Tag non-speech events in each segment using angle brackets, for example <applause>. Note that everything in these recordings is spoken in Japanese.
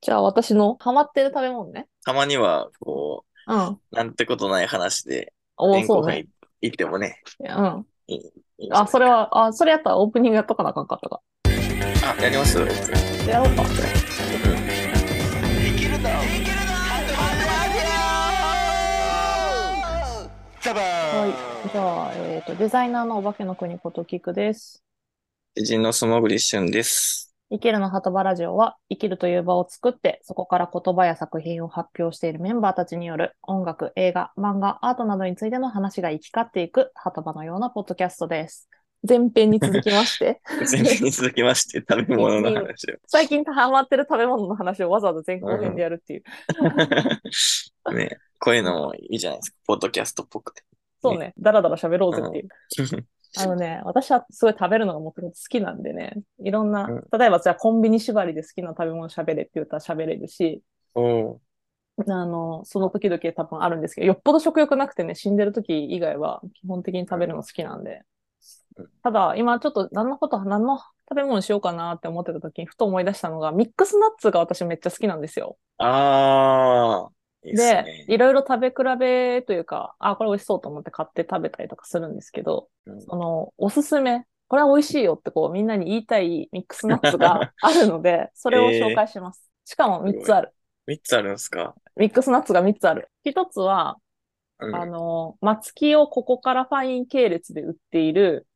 じゃあ私のハマってる食べ物ね。たまには、こうん。う、なんてことない話で、お連ーそ行うね。会行ってもね、うん。いいんじゃあ、ないそれは、あ、それやったらオープニングやっとかなあかんかったか。あ、やりますやろうか。できるのできるのザバはい。じゃあ、えっ、と、デザイナーのお化けの国こときくです。知人の素潜りしゅ <laughs> んです。生きるの鳩場ラジオは、生きるという場を作って、そこから言葉や作品を発表しているメンバーたちによる音楽、映画、漫画、アートなどについての話が行き交っていく鳩場のようなポッドキャストです。前編に続きま <laughs> して、前編に続きまして、食べ物の話を。最近ハマってる食べ物の話をわざわざ前後編でやるっていう。 <laughs> ね、こういうのもいいじゃないですか。ポッドキャストっぽくて。そうね、だらだら喋ろうぜっていう。あのね、私はすごい食べるのがもともと好きなんでね、いろんな、う例えばじゃあコンビニ縛りで好きな食べ物喋れって言ったら喋れるし、おうあの、その時々多分あるんですけど、よっぽど食欲なくてね、死んでる時以外は基本的に食べるの好きなんでうん。ただ、今ちょっと何のこと、何の食べ物しようかなって思ってた時にふと思い出したのが、ミックスナッツが私めっちゃ好きなんですよ。 <laughs> あー、いいっすで、ね。いろいろ食べ比べというか、あ、これ美味しそうと思って買って食べたりとかするんですけど、うんその、おすすめ、これは美味しいよってこう、みんなに言いたいミックスナッツ <laughs> があるので、それを紹介します。しかも3つある。 3つあるんですかミックスナッツが3つある。1つは、うん。あはの、松木をここからファイン系列で売っている、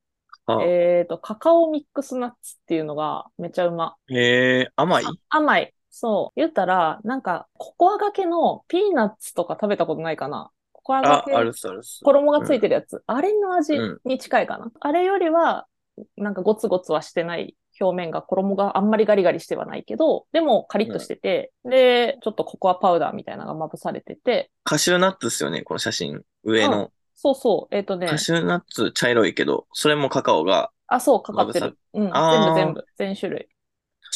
あえっと、カカオミックスナッツっていうのがめちゃうま。へえ、甘い甘い。そう。言ったら、なんか、ココアがけのピーナッツとか食べたことないかなココアがあ、けあるっす、あるっす。衣がついてるやつ、あれの味うんに近いかな、あれよりはなんかゴツゴツはしてない表面が衣があんまりガリガリしてはないけどでもカリッとしてて、でちょっとココアパウダーみたいなのがまぶされててカシューナッツっすよね、この写真。上の。そうそうえっ、とねカシューナッツ茶色いけど、それもカカオが、あそうかかってまぶる、うん、全あ部ー全部全種類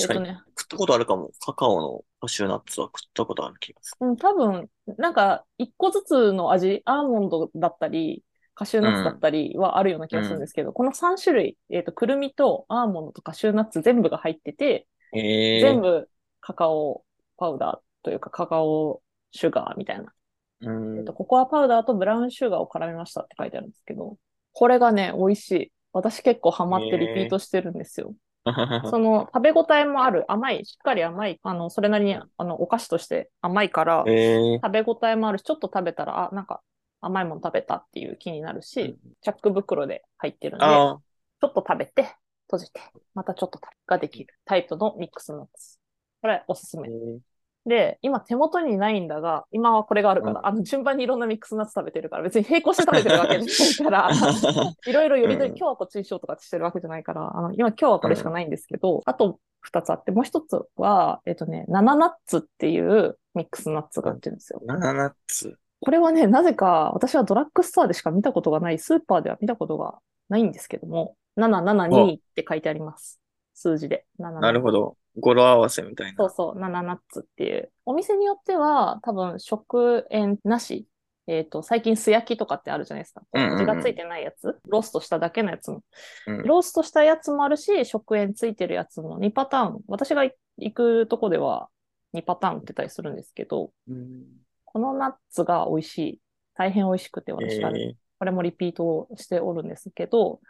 えっ、確かとに、ね食ったことあるかも。カカオのカシューナッツは食ったことある気がすうん、多分、なんか、一個ずつの味、アーモンドだったり、カシューナッツだったりはあるような気がするんですけど、この3種類、えっ、と、くるみとアーモンドとカシューナッツ全部が入ってて、る。へえ。全部カカオパウダーというか、カカオシュガーみたいな。うんえっ <laughs> と、ココアパウダーとブラウンシュガーを絡めましたって書いてあるんですけど、これがね、美味しい。私結構ハマってリピートしてるんですよ。その食べ応えもある、甘い、しっかり甘い、あの、それなりに、あの、お菓子として甘いから、へえ。食べ応えもあるし、ちょっと食べたら、あ、なんか甘いもの食べたっていう気になるし、うんチャック袋で入ってるんで、ちょっあと食べて、閉じて、またちょっと食べができるタイプのミックスナッツ。これおすすあ。めへ。ーで、今手元にないんだが、今はこれがあるから、うあの順番にいろんなミックスナッツ食べてるから、別に並行して食べてるわけじゃ <laughs> ないから、 <laughs> いろいろよりどり、うん今日はこっちにしようとかしてるわけじゃないから、あの今今日はこれしかないんですけど、あと2つあって、もう1つは、えっとね、ナナナッツっていうミックスナッツが売ってるんですよ。ナナナッツ。これはね、なぜか私はドラッグストアでしか見たことがない、スーパーでは見たことがないんですけども、772って書いてあります。数字で。77なるほど。語呂合わせみたいそな。うそう、7ナッツっていう。お店によっては、多分食塩なし。えっ、と、最近素焼きとかってあるじゃないですか。うんうんうん味がついてないやつ。ローストしただけのやつも。うんローストしたやつもあるし、食塩ついてるやつも2パターン。私が行くとこでは2パターン売ってたりするんですけど、うん。このナッツが美味しい。大変美味しくて、私は、へえこれもリピートをしておるんですけど、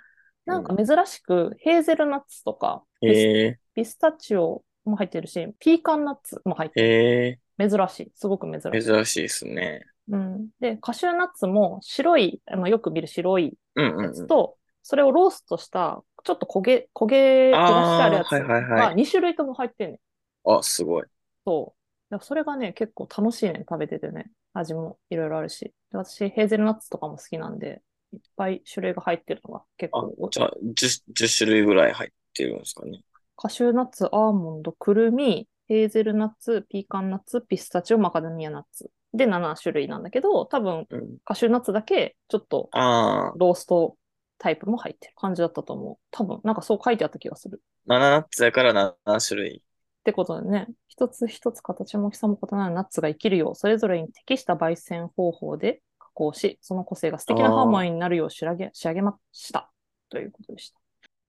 なんか珍しく、ヘーゼルナッツとか、ピスへえピスタチオも入ってるし、ピーカンナッツも入ってへる。珍しい。すごく珍えしい。珍しいですね。うん、で、カシューナッツも白い、あのよく見る白いうんうんやうつん。と、それをローストした、ちょっと焦げ、焦げ焦がしてあるやつあーはいはいはいが2種類とも入ってんねん。あ、すごい。そう。だからそれがね、結構楽しいね、食べててね。味もいろいろあるし。で私、ヘーゼルナッツとかも好きなんで、いっぱい種類が入ってるのが結あ構多い、じゃあ、10、10種類ぐらい入ってるんですかね。カシューナッツ、アーモンド、くるみ、ヘーゼルナッツ、ピーカンナッツ、ピスタチオ、マカダミアナッツ。で、7種類なんだけど、多分、うん。カシューナッツだけ、ちょっとああ、ローストタイプも入ってる感じだったと思う。多分、なんかそう書いてあった気がする。ナナナッツやから7種類。ってことでね、一つ一つ形も大きさも異なるナッツが生きるよう、それぞれに適した焙煎方法で加工し、その個性が素敵なあーハーモニーになるよう仕上げ仕上げました。ということでした。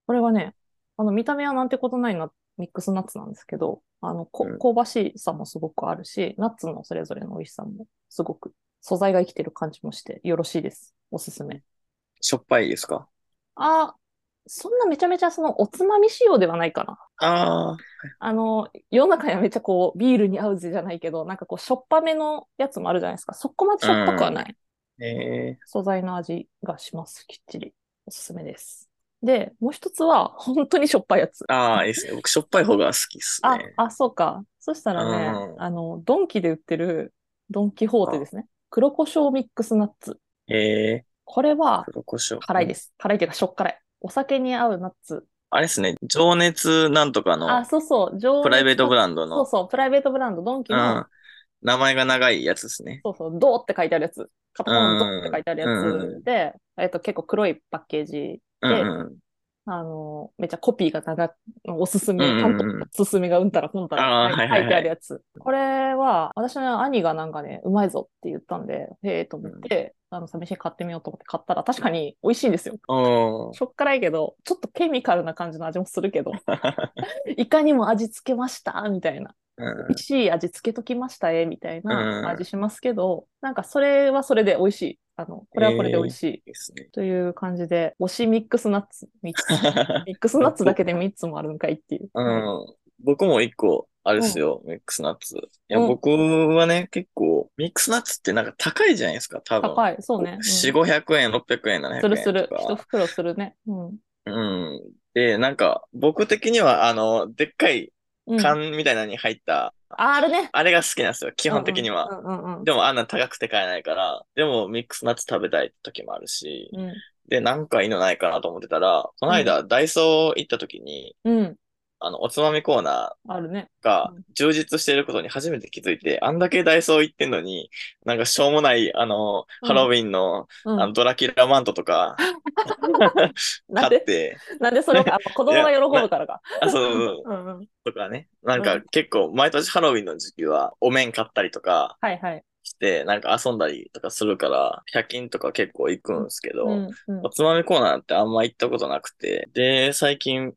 これはね、あの見た目はなんてことないなミックスナッツなんですけど、あの、こうん香ばしさもすごくあるし、ナッツのそれぞれの美味しさもすごく素材が生きてる感じもしてよろしいです。おすすめ。しょっぱいですかあ、そんなめちゃめちゃそのおつまみ仕様ではないかな。ああ、あの、世の中にはめっちゃこう、ビールに合うぜじゃないけど、なんかこう、しょっぱめのやつもあるじゃないですか。そこまでしょっぱくはない。ええ素材の味がします。きっちり。おすすめです。で、もう一つは、本当にしょっぱいやつ。ああ、い <laughs> いですね。僕、しょっぱい方が好きっすあね。、あ、そうか。そしたらねう、んあの、ドンキで売ってる、ドンキホーテですね。黒胡椒ミックスナッツ。ええこれは、黒胡椒。辛いです。辛いというか、しょっ辛い。お酒に合うナッツ。あれですね、情熱なんとかあ、のそうそう。上プライベートブンランドそうの、そう、プライベートブランド、ドンキうのん、名前が長いやつですね。そうそう、ドーって書いてあるやつ。カタカナのドーって書いてあるうんうんやつで、えっと、結構黒いパッケージ、うんうん。あの、めっちゃコピーが長く、おすすうんめ、うん担当のおすすめがうんたらこんたらあー書いはいはいはい書いてあるやつ。これは、私の兄がなんかね、うまいぞって言ったんで、へえと思って、あの、寂しい買ってみようと思って買ったら、確かに美味しいんですよ。おーしょっ辛いけど、ちょっとケミカルな感じの味もする <laughs> けど、いかにも味付けました、みたいな。うん美味しい味付けときましたえ、みたいうんな味しますけど、なんかそれはそれで美味しい。あの、これはこれで美味しい。いいですね。 <laughs> という感じで、推しミックスナッツ3つ。ミックスナッツだけで3つもあるんかいっていう。うん。僕も一個、あれですよ、ミックスナッツ。いや、うん僕はね、結構、ミックスナッツってなんか高いじゃないですか、多分。高い、そうね。うん4、500円、600円、700円するすると。一か。袋するね。うん。うん。で、なんか、僕的には、あの、でっかいうん、あ缶みたいなのに入った、あるね。あれが好きなんですよ、基本的には。うんうんうんでも、あんな高くて買えないから、でも、ミックスナッツ食べたい時もあるし、うん。で、なんかいいのないかなと思ってたら、この間、ダイソー行った時に、うん。うんあの、おつまみコーナあるね。ーがうん充実していることに初めて気づいて、あんだけダイソー行ってんのに、なんかしょうもない、あの、うんハロウィンの、うあの、ん。ドラキュラマントとか、 <laughs> なん買で、って、なんでそれを、あの子供が喜ぶ <laughs> からか。あ、そうそうそううんうん。とかね。なんうかん結構、毎年ハロウィンの時期は、お面買ったりとかはいはい。して、なんか遊んだりとかするから、100均とか結構行くんですけど、うんうんおつまみコーナーってあんま行ったことなくて、で、最近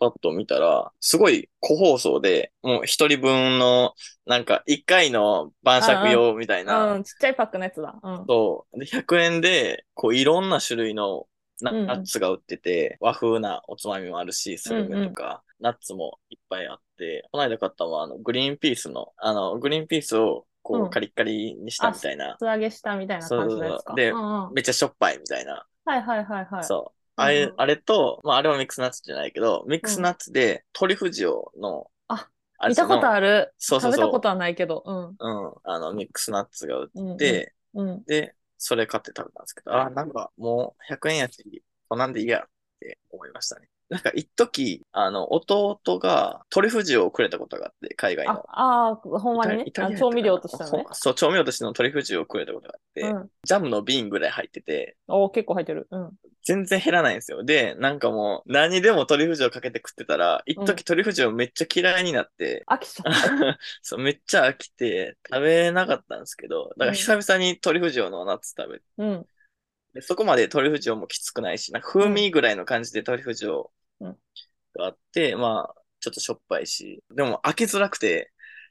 パッと見たら、すごい個包装で、もう一人分の、なんか一回の晩酌用みたいな、うん。ちっちゃいパックのやつだ。うん。そう、で、100円で、こういろんな種類のナうんうんナッツが売ってて、和風なおつまみもあるし、スルメとか、ナッツもいっぱいあって、この間買ったのは、あの、グリーンピースの、あの、グリーンピースを、こうう、んカリッカリにしたみたいな、素揚げしたみたいな感じのやつか。そうそうそうでんうんはいめっちゃしょっぱいみたいな、はいはいはい。そう。うんあれうん、あれと、まあ、あれはミックスナッツじゃないけど、ミックスナッツで、トリュフ塩の、あ、あ見たことある。る。そうそう食べたそこう。とはないけど。うんうん。あの、ミックスナッツが売っうんうん。て、うん。で、それ買って食べたんですけど、あ、なんかもう100円やし、こんなんでいいやって思いましたね。なんか、一時あの、弟がトリュフ塩をくれたことがあって、海外あの。あー、ほんまにねイタイタあリアやった調かな味料としてのね。ほそう、調味料としてのトリュフ塩をくれたことがあって、うん。ジャムの瓶ぐらい入ってて、おー結構入ってる。うん。全然減らないんですよ。で、なんかもう、何でもトリュフ塩かけて食ってたら、一時トリュフ塩めっちゃ嫌いになって、飽きちゃった。そうめっちゃ飽きて、食べなかったんですけど、だから久々にトリュフ塩のナッツ食べて、うん。でそこまでトリュフ塩もきつくないし、なんか風味ぐらいの感じでトリュフ塩があって、まあ、ちょっとしょっぱいし、でも飽きづらく <laughs> て、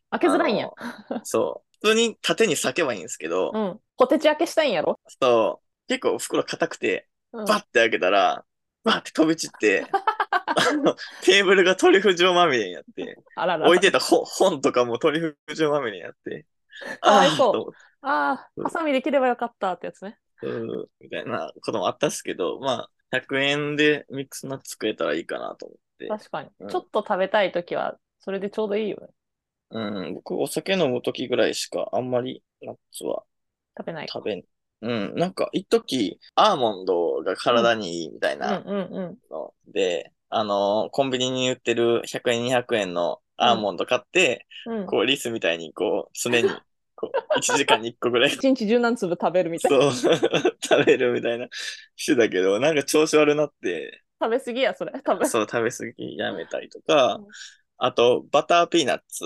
開けづらいんや。あの。そう。普通に縦に裂けばいいんですけど、うん。ポテチ開けしたいんやろそう、結構袋硬くて、うんバッて開けたら、バッて飛び散って、あのテーブルがトリュフ塩まみれに <laughs> なって、あらら。置いてた本本とかもトリュフ塩まみれになって、かわいああ、そうと思ってああ、ハサミできればよかったってやつね。うんみたいなこともあったんですけど、まあ、100円でミックスナッツ作れたらいいかなと思って。確かにうん。ちょっと食べたいときは、それでちょうどいいよね。うん、僕、お酒飲む時ぐらいしかあんまりナッツは食べない。食べん。うん、なんか、一時アーモンドが体にいいみたいうんなうんうん。ので、あの、コンビニに売ってる100円、200円のアーモンド買って、うん、こう、リスみたいに、こう、常に、こう、1時間に1個ぐらい、一日十何粒食べるみたいな。そう、 <laughs> 食べるみたいな、してたけど、なんか調子悪 <laughs> なって、食べ過ぎや、それ。多分。そう、食べ過ぎやめたりとかうん、あと、バターピーナッツ、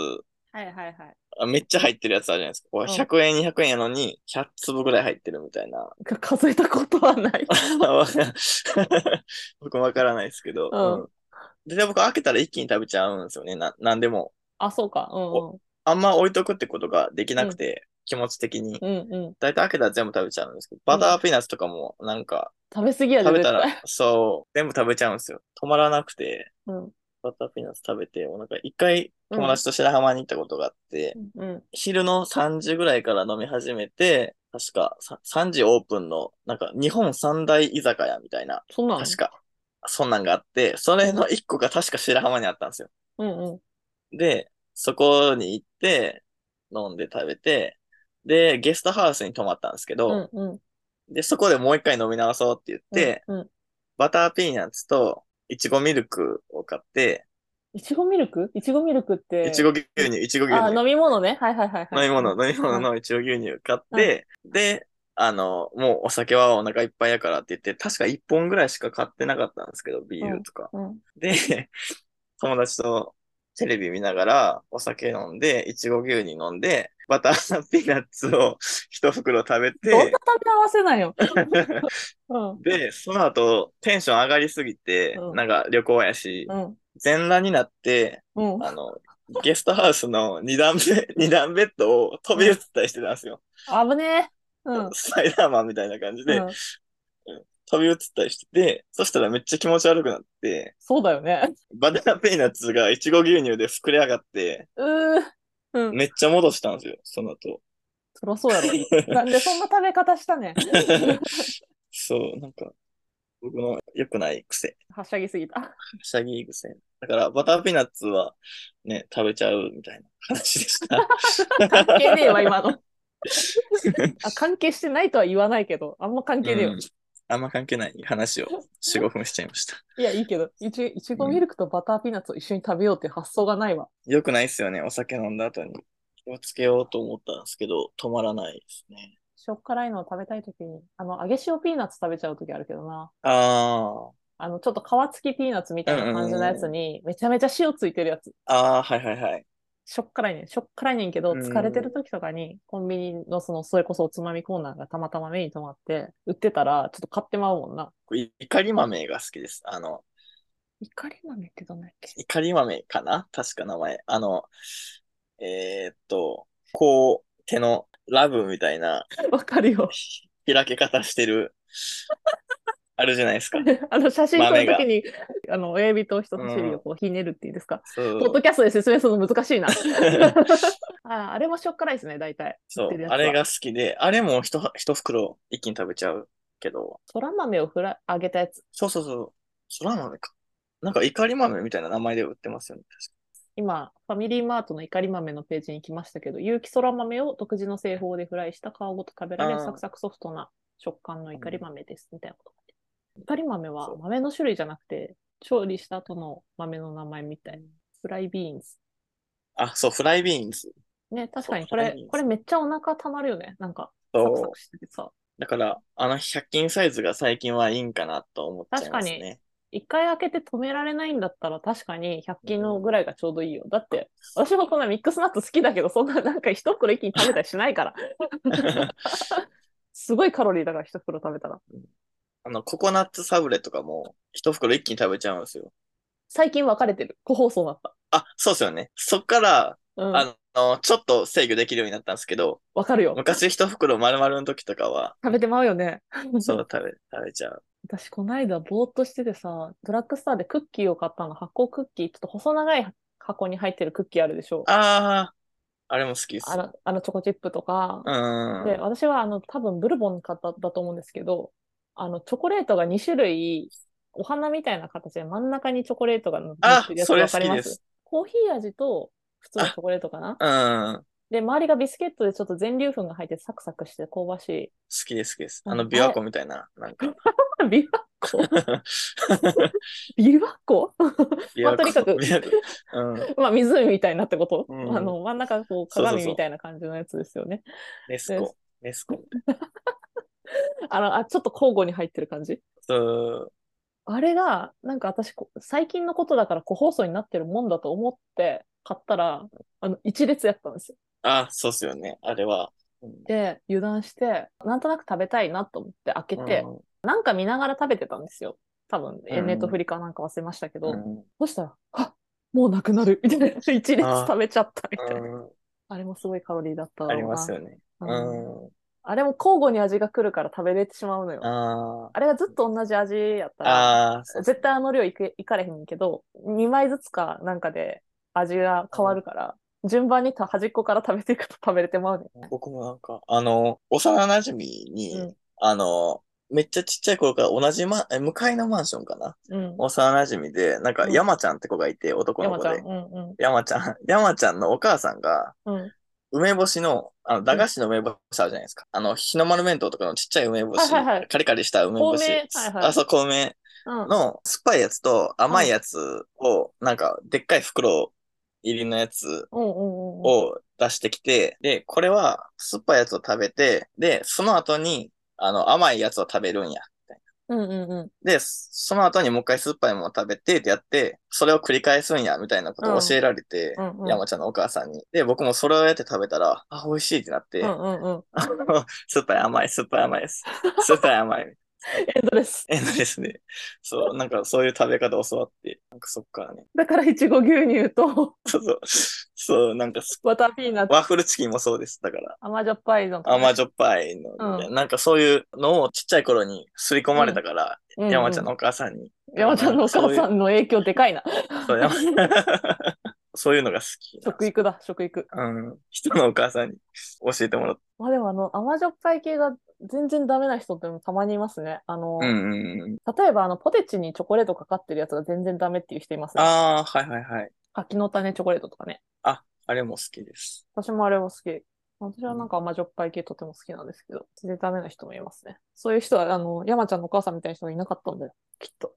はいはいはい。あめっちゃ入ってるやつあるじゃないですか。こううん100円、200円やのに、100粒ぐらい入ってるみたいな。数 <laughs> えたことはない。わか僕もわからないですけど、うんうんで、僕開けたら一気に食べちゃうんですよね。な、なんでも。あ、そうか。うあんま置いとくってことができなくて、気持ち的に。んうん。うんうん。だいたい開けたら全部食べちゃうんですけど、バターピーナッツとかもなんか、食べ過ぎやで、食べた絶対。ら、そう、全部食べちゃうんですよ。止まらなくて、うん。バターピーナッツ食べて、お腹一回友達と白浜に行ったことがあって、うん。昼の3時ぐらいから飲み始めて、確かさ3時オープンの、なんか日本三大居酒屋みたいな、そんなん確か、そんなんがあって、それの1個が確か白浜にあったんですよ。うんうん。で、そこに行って、飲んで食べて、で、ゲストハウスに泊まったんですけうど、んうん。で、そこでもう一回飲み直そうって言って、うんうん。バターピーナッツと、いちごミルクを買って、いちごミルクいちごミルクって。いちご牛乳、いちご牛あ、乳、飲み物ね。はいはいはい、は飲い。み物、飲み物のいちご牛乳買って、で、あの、もうお酒はお腹いっぱいやからって言って、確か1本ぐらいしか買ってなかったんですけど、ビールとか。うん。で、友達とテレビ見ながらお酒飲んで、いちご牛乳飲んで、バターピーナッツを一袋ど食べんな食て、べ合わせなん <laughs> よ。うん。で、その後テンション上がりすぎて、うんなんか旅行やしう、ん。全裸になって、うん。あの、ゲストハウスの二段ベ <laughs> 二段ベッドを飛び移ったりしてたんですよ。危ねえ。うん。スパイダーマンみたいな感じで、うん飛び移ったりしてて、そしたらめっちゃ気持ち悪くなって、そうだよね。バターピーナッツがいちご牛乳で膨れ上がって、うー。うん。めっちゃ戻したんですよ、その後。 <laughs> そりゃそうやろ。なんでそんな食べ方したね。そう、なんか、僕の良くない癖、はしゃぎすぎた。はしゃぎ癖。だから、バターピーナッツはね、食べちゃうみたいな話でした。関係ねえわ、 <laughs> 今の。あ関係してないとは言わないけど、あんま関係ねえわ。うんあんま関係ない話を4、5分しちゃいました。いや、いいけど、いちいちごミルクとバターピーナッツを一緒に食べようって発想がないわ。良くないっすよね、お酒飲んだ後に。気をつけようと思ったんですけど、止まらないですね。しょっ辛いのを食べたいときに、あの、揚げ塩ピーナッツ食べちゃうときあるけどな。ああの、ちょっと皮付きピーナッツみたいな感じのやつに、めちゃめちゃ塩ついてるやつ。あ、ああ、はいはいはい。しょっ辛いねん。しょっ辛いねんけど、うん疲れてる時とかに、コンビニのその、それこそおつまみコーナーがたまたま目に留まって、売ってたら、ちょっと買ってまうもんな。僕いかり豆が好きです。あの、怒り豆ってどんなん <laughs> やっけいかり豆かな確か名前。あの、えーっと、こう、手のラブみたいなわかるよ。開け方してる、あるじゃないで <laughs> すか。あの、写真撮豆るがときに、あの、親指と人差し指をこうひねるっていいですか、そポッドう。キャストで説明するの難しい <laughs> な。ああれもしょっ辛いですね、大体。そう売ってるやつはあれが好きで、あれも一は一袋一気に食べちゃうけど、そら豆をふら揚げたやつ。そうそうそう、そら豆か。なんか、いかり豆みたいな名前で売ってますよね。今、ファミリーマートの怒り豆のページに来ましたけど、有機そら豆を独自の製法でフライした皮ごと食べらあれ、ーサクサクソフトな食感の怒り豆です、みたいなことが書いてある。怒り豆そはう豆の種類じゃなくて、調理した後の豆の名前みたい。フライビーンズ。あ、そう、フライビーンズ。ね、確かにそうこフライれビーンズ、これめっちゃお腹たまるよね。なんか、サクサそクしててさ。う。だから、あの、100均サイズが最近はいいんかなと思っちゃいますね。一回開けて止められないんだったら確かに100均のぐらいがちょうどいいよ。だって、私もこんなミックスナッツ好きだけど、そんななんか一袋一気に食べたりしない <laughs> から。すごいカロリーだから一袋食べたら。 <laughs> あの、ココナッツサブレとかも、一袋一気に食べちゃうんですよ。最近分かれてる。個包装だった。あ、そうですよね。そっから、うん。あの、ちょっと制御できるようになったんですけど、分かるよ。昔一袋丸々の時とかは、食べてまうよね。そう食べ、食べちゃう。私、この間、ぼーっとしててさ、ドラッグストアでクッキーを買ったの、発酵クッキー、ちょっと細長い箱に入ってるクッキーあるでしょ。あー、あれも好きです。あの、あのチョコチップとか、うん。で、私はあの多分ブルボン買っただと思うんですけど、あのチョコレートが2種類、お花みたいな形で真ん中にチョコレートが乗あってるやつそれわかり好きまですすコーヒー味と普通のチョコレートか <laughs> なうん。好で、周りがビスケットでちょっと全粒粉が入ってサクサクして香ばしい。 <laughs> きです、好きです。うんあの、琵琶湖みたいな、な <laughs> んか。ビワコビワコ <laughs> 琵まあとにかく琵琶湖 <laughs> うん。まあ湖みたいなってこと、うんあの真ん中がこうそうそうそう鏡みたいな感じのやつですよね。ネスでコ。ネスコ。あの、あ、ちょっと交互に入ってる感じそう。あれが、なんか私こ、最近のことだから個包装になってるもんだと思って買ったら、あの、一列やったんですよ。あ、そうっすよね。あれは。うんで、油断して、なんとなく食べたいなと思って開けて、うんなんか見ながら食べてたんですよ。多分、うんネットフリかなんか忘れましたけど、うんそしたら、あもうなくなるみたいな。1列あー食べちゃったみたいな。うんあれもすごいカロリーだっただあろりうなますよね。ううんん。あれも交互に味が来るから食べれてしまうのよ。ああれがずっと同じ味やったあ。ら、ああ、そう絶対あの量いけいかれへんけど、2枚ずつかなんかで味が変わるから、順番にた端っこから食べていくと食べれてまうね。僕もなんか、あの、幼馴染に、うんあの、めっちゃちっちゃい頃から同じま、え向かいのマンションかなうん。幼馴染で、なんか、うん山ちゃんって子がいて、男の山子ちゃん。でう。ん山ちゃん、 <laughs> 山ちゃんのお母さんが、うん。うん。梅干しの、あの、駄菓子の梅干しあるじゃないですか。あの、日の丸弁当とかのちっちゃい梅干し、はいはいはいカリカリした梅干し。透明はいはいあ、そう、透明うん。の酸っぱいやつと甘いやつを、なんか、でっかい袋入りのやつうんうんうんうん。を出してきて、で、これは酸っぱいやつを食べて、で、その後に、あの、甘いやつを食べるんや。うんうんうん。で、その後にもう一回酸っぱいものを食べてってやって、それを繰り返すんや、みたいなことを教えられて、うんうん。山ちゃんのお母さんに。で、僕もそれをやって食べたら、あ、美味しいってなって、うんうんうん。あの酸っぱい甘い、酸っぱい甘 <laughs> いです。酸っぱい甘い。エンドレス。えのですね。そう、なんかそういう食べ方教わって、なんかそっからね。だから、いちご牛乳と、 <laughs> そうそう。そう、なんかすバターピーナッツ、ワッフルチキンもそうです。だから、甘じょっぱいのとかね。甘じょっぱいの、うんなんかそういうのをちっちゃい頃に刷り込まれたから、うんうん山ちゃんのお母さんに。山ちゃんのお母さんの影響でかいな。そう <laughs> 山 <laughs> そういうのが好きなん食です。育だ、食育。うん。人のお母さんに教えてもらった。まあでもあの、甘じょっぱい系が全然ダメな人ってのもたまにいますね。あの、うんうんうん。例えばあの、ポテチにチョコレートかかってるやつが全然ダメっていう人いますね。ああ、はいはいはい。柿の種チョコレートとかね。あ、あれも好き <laughs> です。私もあれも好き。私はなんか甘じょっぱい系とても好きなんですけど、全然ダメな人もいますね。そういう人は、あの、山ちゃんのお母さんみたいな人がいなかったんだよ、きっと。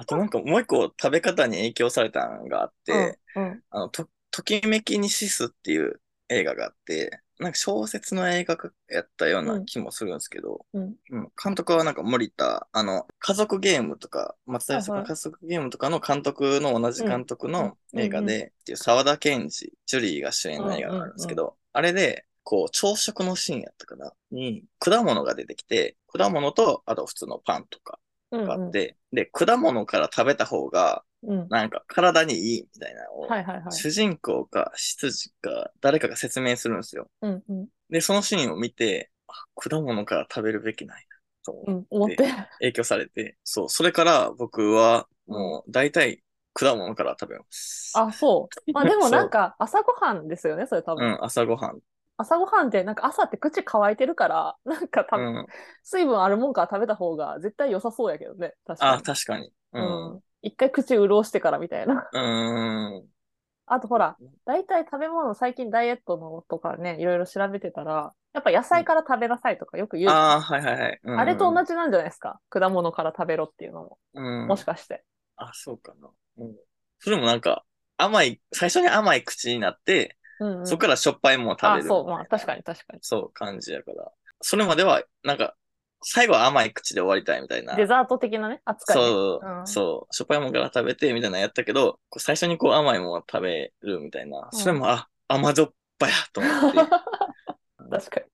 あとなんかもう一個食べ方に影響されたのがあって、うん、うん。あの、と、ときめきにシスっていう映画があって、なんか小説の映画化やったよううなん気もするんですけど、うん監督はなんか森田、あの、家族ゲームとか、松田優作はいのはい家族ゲームとかの監督の同じ監督のうん映画うんうんで、っていう沢田研二、ジュリーが主演の映画があるんですけど、あれで、こう、朝食のシーンやったかな、に、果物が出てきて、果物と、あと普通のパンとかうん、があって、で、果物から食べた方が、うん。うん。なんか体にいいみたいなのを、はいはいはい。主人公か執事か誰かが説明するんですよ。うん、うん。で、そのシーンを見て、あ果物から食べるべきないなと思ううん、思って。影響されて、そう、それから僕はもう大体果物から食べます。あ、 <laughs> そう。まあでもなんか、朝ごはんですよね、それ多う分。ん、朝ごはん。朝ごはんって、なんか朝って口乾いてるから、なんかた、うん、水分あるもんから食べた方が絶対良さそうやけどね。確かあ、に。確かに。うう。ん。うん一回口潤してからみたいな。 <laughs> ーん。あとほら、大体食べ物、最近ダイエットのとかね、いろいろ調べてたら、やっぱ野菜から食べなさいとかよく言う。ああ、はいはいはい。うんあれと同じなんじゃないですか。果物から食べろっていうのも。うんも。しかして。あ、そうかな。うん。それもなんか、甘い、最初に甘い口になって、うん、うん。そこからしょっぱいものを食べるあ、みたいな。そう。まあ確かに確かに。そう、感じやから。それまでは、なんか、最後は甘い口で終わりたいみたいな。デザート的なね、扱いね。 <laughs> そう、うんそう、しょっぱいもんから食べて、みたいなのやったけど、こう最初にこう甘いもんを食べるみたいな。うんそれも、あ、甘じょっぱやと思 <laughs> って、確かに。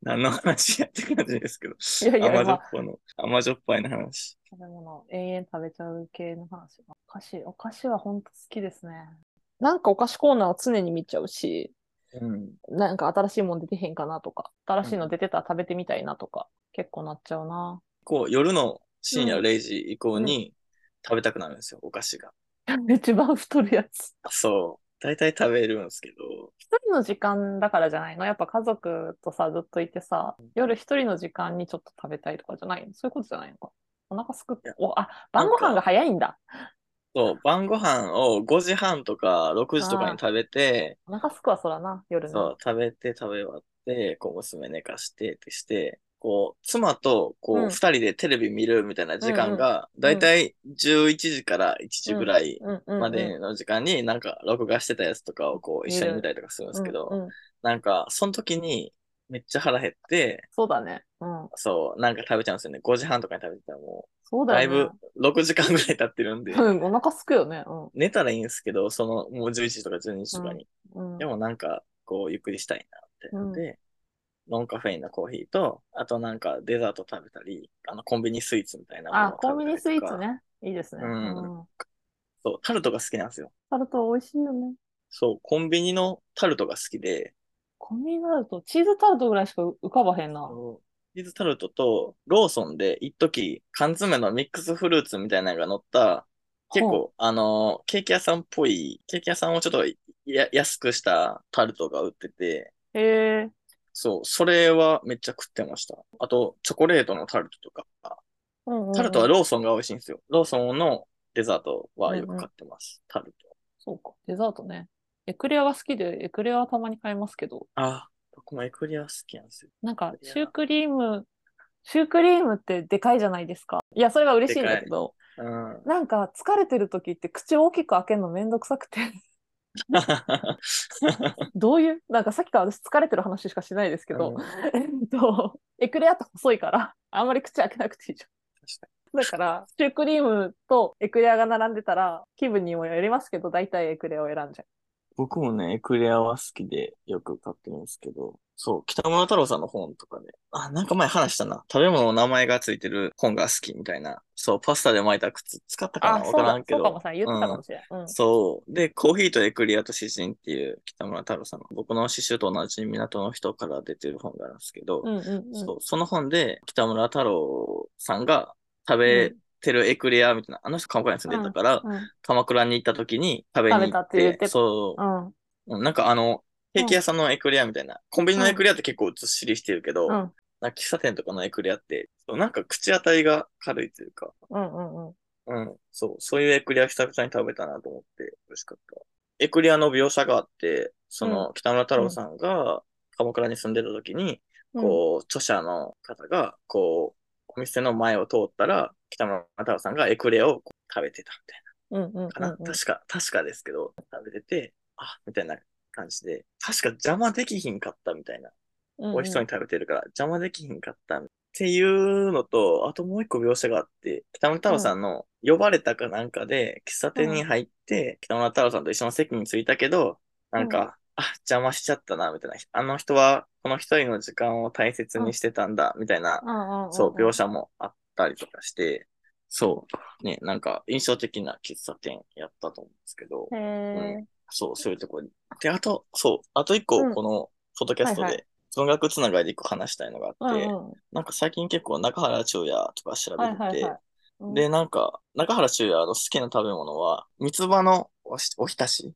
何の話やって感じですけど。いやいや甘じょっぱの、甘じょっぱいの話。食べ物、永遠食べちゃう系の話。お菓子、お菓子は本当好きですね。なんかお菓子コーナーは常に見ちゃうし、うん。なんか新しいもん出てへんかなとか、新しいの出てたら食べてみたいなとか、結構なっちゃうな。こう、夜の深夜うん0時以降に食べたくなるんですよ、お菓子が。 <laughs> 一番太るやつ。そう。大体食べるんですけど。一人の時間だからじゃないのやっぱ家族とさ、ずっといてさ、夜一人の時間にちょっと食べたいとかじゃないのそういうことじゃないのか。お腹すくっていや、お、あ、晩ご飯が早いんだ。そう、晩ご飯を5時半とか6時とかに食べて、お腹すくはそらな、夜その。う、食べて食べ終わって、こう娘寝かしてってして、こう、妻とこううん二人でテレビ見るみたいな時間が、んだいたい11時から1時ぐらいうんうんうんまでの時間になんか録画してたやつとかをこう一緒に見たりとかするんですけうんど、うんなんかその時にめっちゃ腹減って、そうだね。うん。そう、なんか食べちゃうんですよね。5時半とかに食べてたらもそうう、だだいよね。ぶ6時間ぐらい経ってるんで、うん、お腹すくよね。う寝たらいいんですけど、そのもう11時とか12時とかに。ん。うん、でもなんか、こう、ゆっくりしたいなってなって、ノンカフェインのコーヒーと、あとなんかデザート食べたり、あの、コンビニスイーツみたいなものあ、をコンビニスイーツ食べたりとか。ね。いいですね。うんうんそう、タルトが好きなんですよ。タルト美味しいよね。そう、コンビニのタルトが好きで、コンビニタルト、チーズタルトぐらいしか浮かばへんな。チーズタルトとローソンで一時缶詰のミックスフルーツみたいなのが乗った、結構、あのー、ケーキ屋さんっぽい、ケーキ屋さんをちょっとや安くしたタルトが売ってて、へえ。そう、それはめっちゃ食ってました。あと、チョコレートのタルトとか、うんうんうんタルトはローソンが美味しいんですよ。ローソンのデザートはよく買ってます。タルト。そうか。デザートね。エクレアは好きで、エクレアはたまに買いますけど、あ、僕もエクレア好きなんですよ。なんか、エクレアシュークリーム、シュークリームってでかいじゃないですか。いや、それは嬉しいんだけど、 <laughs> うん。なんか疲れてる時って口を大きく開けるのめんどくさくて、 <laughs> どういうなんかさっきから私疲れてる話しかしないですけど、うんえ <laughs> っと、エクレアって細いから、あんまり口開けなくていいじゃん。だから、シュークリームとエクレアが並んでたら、気分にもよりますけど、大体エクレアを選んじゃう。 <laughs> 僕もね、エクレアは好きでよく買ってるんですけど、そう、北村太郎さんの本とかで、あ、なんか前話したな。食べ物の名前がついてる本が好きみたいな。そう、パスタで巻いた靴使ったかなわそうからだん、けそうかども。さ、言ってたかもしれん。うん。そう。で、コーヒーとエクレアと詩人っていう北村太郎さんの、僕の詩集と同じ港の人から出てる本があるんですけど、うんうんうん。そうその本で北村太郎さんが食べてるエクレアみたいな、あの人鎌倉に住んでたから、うん鎌倉に行った時に食べに行って。食べたって言ってそう。うん。うんなんかあの、ケーキ屋さんのエクレアみたいな、コンビニのエクレアって結構ずっしりしてるけど、うなんん。か喫茶店とかのエクレアって、そうなんか口当たりが軽いというか、うんうんうん。うん、そう、そういうエクレア久々に食べたなと思って、美味しかった。エクレアの描写があって、その、北村太郎さんが鎌倉に住んでた時に、こう、著者の方が、こう、お店の前を通ったら、北村太郎さんがエクレアをこう食べてたみたういな。んうんうんうんかな、確か、確かですけど、食べてて、あ、みたいな感じで、確か邪魔できひんかったみたいな。うん。美味しそうに食べてるから、邪魔できひんかった。っていうのと、あともう一個描写があって、北村太郎さんの呼ばれたかなんかで、喫茶店に入って、北村太郎さんと一緒の席に着いたけど、なんか、あ、邪魔しちゃったな、みたいな。あの人は、この一人の時間を大切にしてたんだ、みたいなうんうんうんん。そう、描写もあったりとかして、そう、ね、なんか印象的な喫茶店やったと思うんですけど、へえ。そう、そういうところに。で、あと、そう、あと一個うん、この、ポッドキャストはいはで、文学つながりで一個話したいのがうあっんて、うん。なんか最近結構中原中也とか調べはいはいててはい、。うんで、、なんか、中原中也の好きな食べ物は、三つ葉のおひおひたし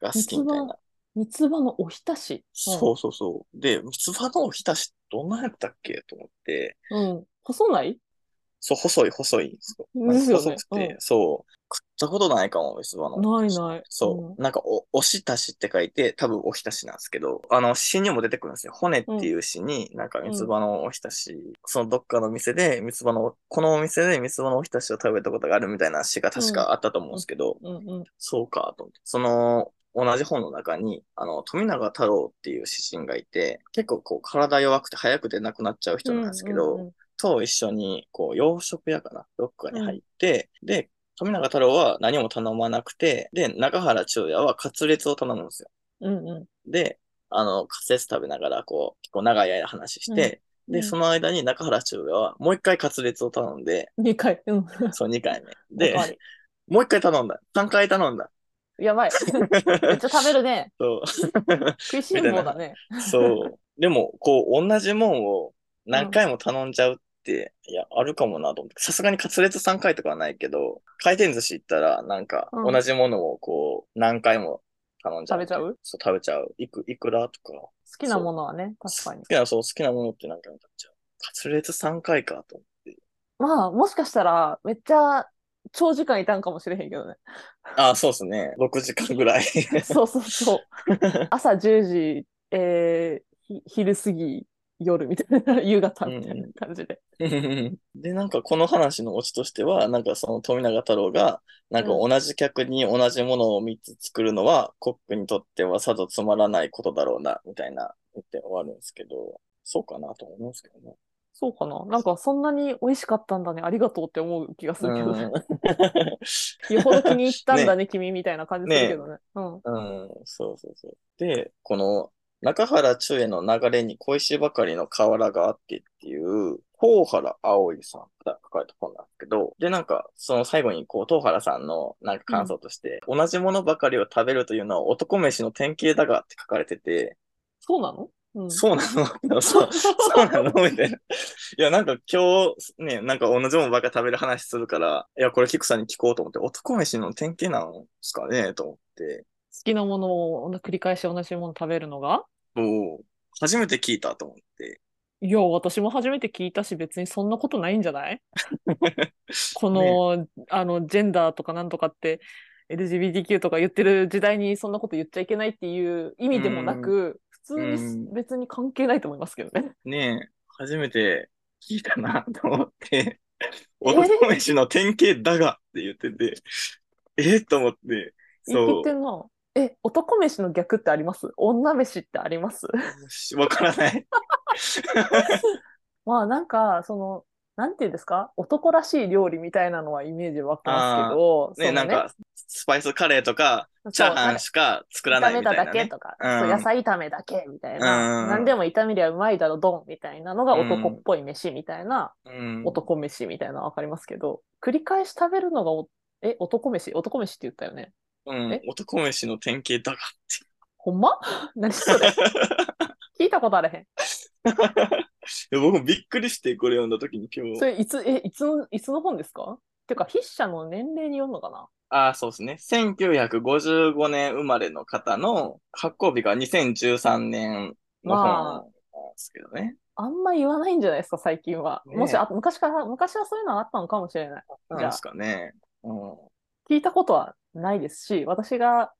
が好きみたい三つな。三つ葉のおひたし。そうそうそう。で、三つ葉のおひたしどんなんやったっけと思って、うん。うん。細ないそう、細い、細いんですよ。なんでかすよね細くて、うんそう。食ったことないかも、三つ葉の。ないない。そう。なんかお、おひたしって書いて、多分おひたしなんですけど、あの、詩にも出てくるんですよ。骨っていう詩に、なんか三つ葉のおひたし、そのどっかの店で、三つ葉の、このお店で三つ葉のおひたしを食べたことがあるみたいな詩が確かあったと思うんですけど、うん。うんうん。そうか、と思って。その、同じ本の中に、あの、富永太郎っていう詩人がいて、結構こう、体弱くて早くで亡くなっちゃう人なんですけど、うんうんうんと一緒に、こう、洋食屋かな、どっかに入って、で、富永太郎は何も頼まなくて、で、中原中也はカツレツを頼むんですよ。うんうん。で、あの、カツレツ食べながら、こう、結構長い間話して、うんうで、んその間に中原中也はもう一回カツレツを頼 <laughs> んで、二回。うん。そう、2回目。おかわりで、もう一回頼んだ。3回頼んだ。 <laughs> やばい。めっちゃ食べるね。そう。食いしん坊だね。そう。でも、こう、同じもんを何回も頼んじゃうって、いや、あるかもなと思って。さすがにカツレツ3回とかはないけど、回転寿司行ったら、なんか、うん同じものをこう、何回も頼んじゃう。食べちゃうそう、食べちゃう。いく、いくらとか。好きなものはね、確かに好。きな、そう、好きなものって何回も食べちゃう。カツレツ3回かと思って。まあ、もしかしたら、めっちゃ長時間いたんかもしれへんけどね。 <laughs> あ、そうですね。6時間ぐらい。そうそうそう。 <laughs> 朝10時、えーひ昼過ぎ、夜みたいな、夕方みたいな感じで。で、なんかこの話のオチとしては、なんかその富永太郎が、なんかう同じ客に同じものを3つ作るのは、コックにとってはさぞつまらないことだろうな、みたいな言って終わるんですけど、そうかなと思いますけどね。そうかななんかそんなに美味しかったんだね、ありがとうって思う気がするけど <laughs> ね。よほど気に入ったんだね、君みたいな感じするけどね。うん。うん、うんそうそうそう。で、この中原中也の流れに小石ばかりの瓦があってっていう、東原葵さんが書かれた本なんですけど、で、なんか、その最後に、こう、東原さんのなんか感想として、同じものばかりを食べるというのは男飯の典型だがって書かれてて、そうなのうん。そうなの <laughs> そう、そうなのみたいな。いや、なんか今日、ね、なんか同じものばっか食べる話するから、いや、これキクさんに聞こうと思って、男飯の典型なんですかねと思って、好きなものを繰り返し同じもの食べるのがもう、初めて聞いたと思って。いや、私も初めて聞いたし、別にそんなことないんじゃ <laughs> ないこの、あの、ジェンダーとかなんとかって、LGBTQ とか言ってる時代にそんなこと言っちゃいけないっていう意味でもなく、普通にすうん別に関係ないと思いますけどね。ねえ、初めて聞いたなと思って、 <laughs> え男飯の典型だがって言ってて、えーと思って、言そってんな。え、男飯の逆ってあります女飯ってありますう、わからない。まあなんか、その、なんていうんですか男らしい料理みたいなのはイメージ湧きますけど、そね、のなんか、スパイスカレーとか、そうチャーハンしか作らない炒めみたたいだなけね。とか、うんそう野菜炒めだけみたいな、うん何でも炒めりゃうまいだろドンみたいなのが男っぽい飯みたいな、うん男飯みたいなの分かりますけど繰り返し食べるのがおえ男飯男飯って言ったよねうんえ男飯の典型だほんま <laughs> 何そ <laughs> れが聞いたことあらへんって。いや <laughs> 僕もびっくりして、これ読んだ時に今そ日。れいつえいつのいつの本ですかっていうか筆者の年齢によるのかなああ、そうですね。1955年生まれの方の発行日が2013年の本なんですけどね。あんま言わないんじゃないですか最近は、ねえもしあ昔から昔はそういうのはあったのかもしれないなんですかね。うん。聞いたことはないですし、私が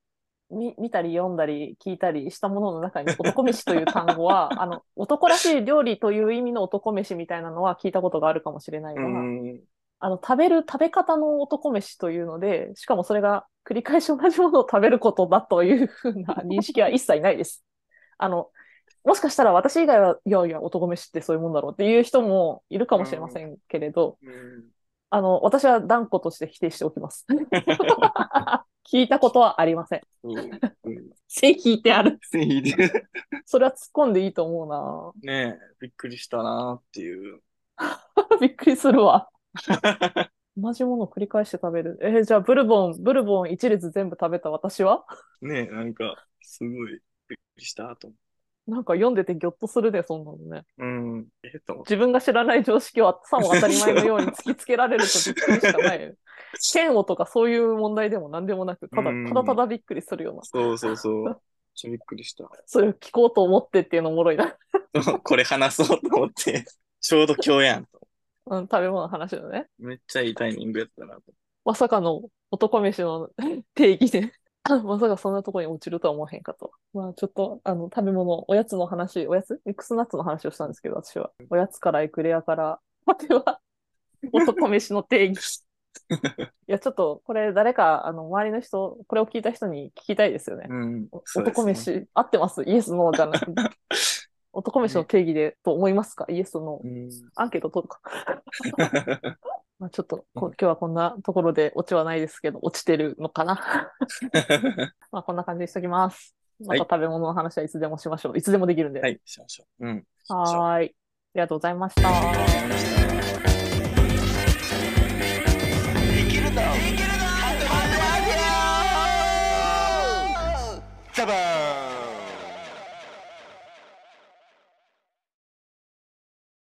見見たり読んだり聞いたりしたものの中に男飯という単語 <laughs> は、あの、男らしい料理という意味の男飯みたいなのは聞いたことがあるかもしれないが、うん。あの、食べる、食べ方の男飯というので、しかもそれが繰り返し同じものを食べることだというふうな認識は一切ないです。あの、もしかしたら私以外は、いやいや、男飯ってそういうもんだろうっていう人もいるかもしれませんけれど、あの、私は断固として否定しておきます。 <laughs> 聞いたことはありません。うん。性聞いてある。ぜひねそれは突っ込んでいいと思ねえ、びっくりしたなっていう。うな。 <laughs> びっくりするわ。同じものを繰り返して食べる。えーじゃあ、ブルボン、ブルボン一列全部食べた私はねえ、なんか、すごい、びっくりしたと思なんか読んでてギョッとするね、そんなのね。う。うん。えっと思って。自分が知らない常識をさも当たり前のように突きつけられるとびっくりしかない。嫌悪とかそういう問題でも何でもなく、ただうん、ただただびっくりするような。そうそうそう。めっちょびっくりした。それを聞こうと思ってっていうのおもろいな。そうこれ話そうと思って、ちょうど今日やんと。うん、食べ物の話だね。めっちゃいいタイミングやったなと。まさかの男飯の定義で、 <laughs> まさかそんなとこに落ちるとは思わへんかと。まあちょっと、あの、食べ物、おやつの話、おやつミックスナッツの話をしたんですけど、私は。おやつからエクレアから、果て <laughs> は、男飯の定義。いや、ちょっと、これ誰か、あの、周りの人、これを聞いた人に聞きたいですよね。うんお。そうです男ね飯、合ってますイエス、ノーじゃな <laughs> くて。男飯の定義で、と思いますかイエス、ノうー。ん。アンケート取るか。まあ、ちょっとこ、今日はこんなところでオチはないですけど、落ちてるのかな。 <laughs> まあ、こんな感じにしときます。まはいた食べ物の話はいつでもしましょう。いつでもできるんで。はい、しましょう。うん。はーい。ありがとうございました。ありがとうございました